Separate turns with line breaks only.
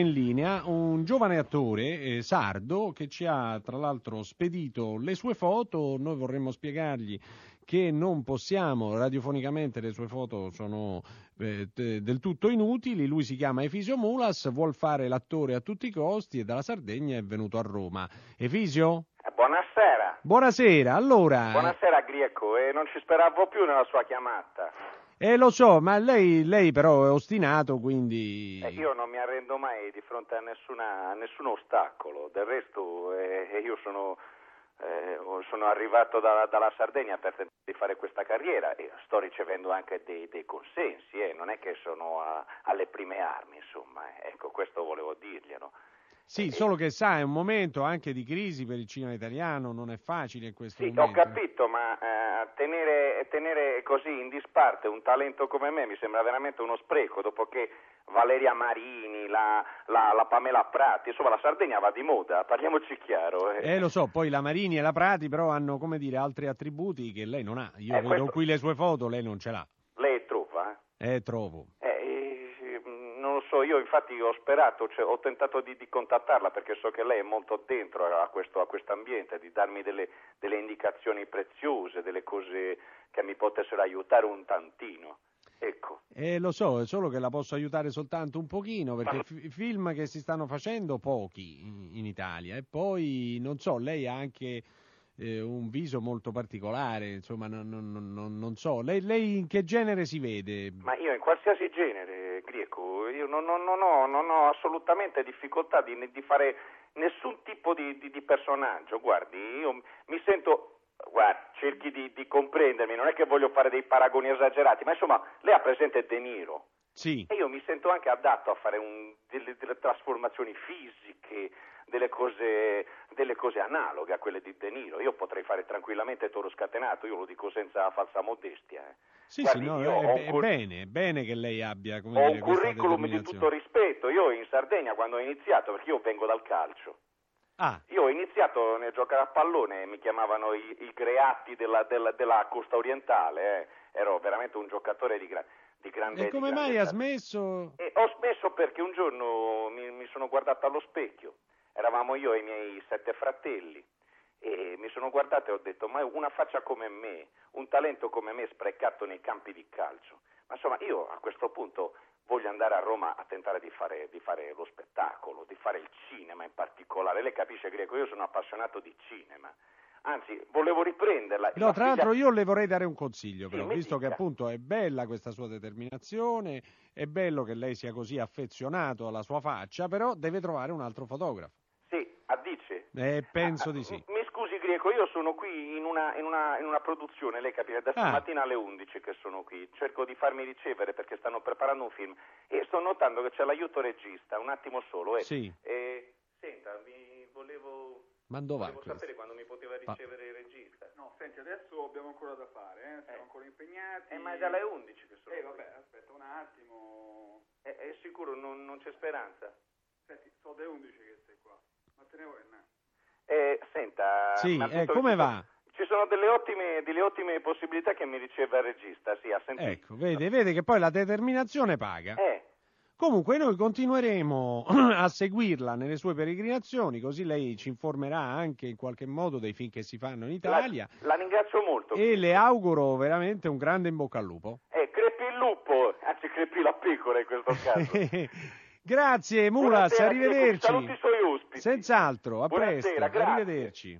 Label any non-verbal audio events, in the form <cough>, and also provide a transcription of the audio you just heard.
in linea un giovane attore eh, sardo che ci ha tra l'altro spedito le sue foto, noi vorremmo spiegargli che non possiamo radiofonicamente, le sue foto sono eh, te- del tutto inutili, lui si chiama Efisio Mulas, vuol fare l'attore a tutti i costi e dalla Sardegna è venuto a Roma. Efisio?
Eh, Buonasera.
Buonasera, allora...
Buonasera Grieco e non ci speravo più nella sua chiamata.
Eh, lo so, ma lei, lei però è ostinato, quindi...
Eh, io non mi arrendo mai di fronte a, nessuna- a nessun ostacolo, del resto eh, io sono, eh, sono arrivato dalla- dalla Sardegna per tentare di fare questa carriera e sto ricevendo anche dei, dei consensi, eh, non è che sono a- alle prime armi, insomma, eh. ecco questo volevo dirglielo. Eh,
Sì, solo che sa, è un momento anche di crisi per il cinema italiano, non è facile in questo
Sì, ho
momento.
capito, ma eh, tenere, tenere così in disparte un talento come me mi sembra veramente uno spreco, dopo che Valeria Marini, la, la- la Pamela Prati, insomma la Sardegna va di moda, parliamoci chiaro. eh.
Eh, lo so, poi la Marini e la Prati però hanno, come dire, altri attributi che lei non ha. Io
Eh,
vedo
questo-
qui le sue foto, lei non ce l'ha.
Lei è truffa?
Eh, trovo.
eh? Eh, eh, mm, non lo so, io infatti ho sperato, cioè, ho tentato di, di contattarla perché so che lei è molto dentro a questo a ambiente, di darmi delle, delle indicazioni preziose, delle cose che mi potessero aiutare un tantino. Ecco.
Eh, lo so, è solo che la posso aiutare soltanto un pochino, perché
Ma-
fi- film che si stanno facendo pochi in, in Italia. E poi, non so, lei ha anche eh, un viso molto particolare, insomma, non, non- non- non so. Lei, lei in che genere si vede?
Ma io in qualsiasi genere, Grieco, io non, non- non ho, non ho assolutamente difficoltà di, di fare nessun tipo di, di- di personaggio. Guardi, io mi sento. Guarda, cerchi di, di comprendermi, non è che voglio fare dei paragoni esagerati, ma insomma, lei ha presente De Niro.
Sì.
E io mi sento anche adatto a fare un- delle, delle trasformazioni fisiche, delle cose, delle cose analoghe a quelle di De Niro. Io potrei fare tranquillamente Toro Scatenato, io lo dico senza falsa modestia. eh.
Sì,
Guardi,
sì, no,
io
è,
ho un
è
cur-
bene, è bene che lei abbia come
Ho
dire,
un
questa
curriculum di tutto
determinazione.
rispetto. Io in Sardegna quando ho iniziato, perché io vengo dal calcio,
Ah,
io ho iniziato nel giocare a pallone, mi chiamavano i, i creati della, della- della costa orientale, eh. ero veramente un giocatore di, gra- di grande...
e
di
come
grande
mai ha
età.
smesso?
E ho smesso perché un giorno mi, mi sono guardato allo specchio, eravamo io e i miei sette fratelli, e mi sono guardato e ho detto, ma una faccia come me, un talento come me sprecato nei campi di calcio, ma insomma io a questo punto voglio andare a Roma a tentare di fare, di fare lo spettacolo, di fare il cinema in particolare, lei capisce greco, io sono appassionato di cinema, anzi volevo riprenderla.
No,
La
tra
figlia-
l'altro io le vorrei dare un consiglio,
Sì,
però,
mi
visto che
dica.
appunto è bella questa sua determinazione, è bello che lei sia così affezionato alla sua faccia, però deve trovare un altro fotografo.
Sì, a dice.
Eh, penso
Ah,
di sì.
Mi scusi Greco, io sono qui in una, in una- in una produzione, lei capisce, da
Ah.
stamattina alle 11 che sono qui, cerco di farmi ricevere perché stanno preparando un film e sto notando che c'è l'aiuto regista, un attimo solo. Eh.
Sì.
Eh, senta, mi volevo,
Ma dove va
volevo
questo?
sapere quando mi poteva
Pa-
ricevere il regista.
No, senti, adesso abbiamo ancora da fare, eh? siamo
Eh.
ancora impegnati.
Eh, ma è dalle 11 che sono
Eh,
qui.
vabbè, aspetta un attimo.
Eh, È, sicuro, non, non c'è speranza.
Senti, sono dalle 11 che sei qua. Ma te ne vuoi andare?
Eh, senta,
Sì,
ma
eh,
tutto-
come va?
Ci sono delle ottime, delle ottime possibilità che mi riceva il regista, sì, ha sentito.
Ecco, vede, vede che poi la determinazione paga.
Eh,
Comunque noi continueremo <clears throat> a seguirla nelle sue peregrinazioni, così lei ci informerà anche in qualche modo dei film che si fanno in Italia
La, la ringrazio molto.
e le auguro veramente un grande in bocca al lupo.
Eh, crepi il lupo, anzi crepi la piccola in questo
<laughs>
caso.
Grazie Mulas,
Buonasera, Diego,
arrivederci.
Saluti i suoi ospiti.
Senz'altro, a
Buonasera,
presto,
grazie.
arrivederci.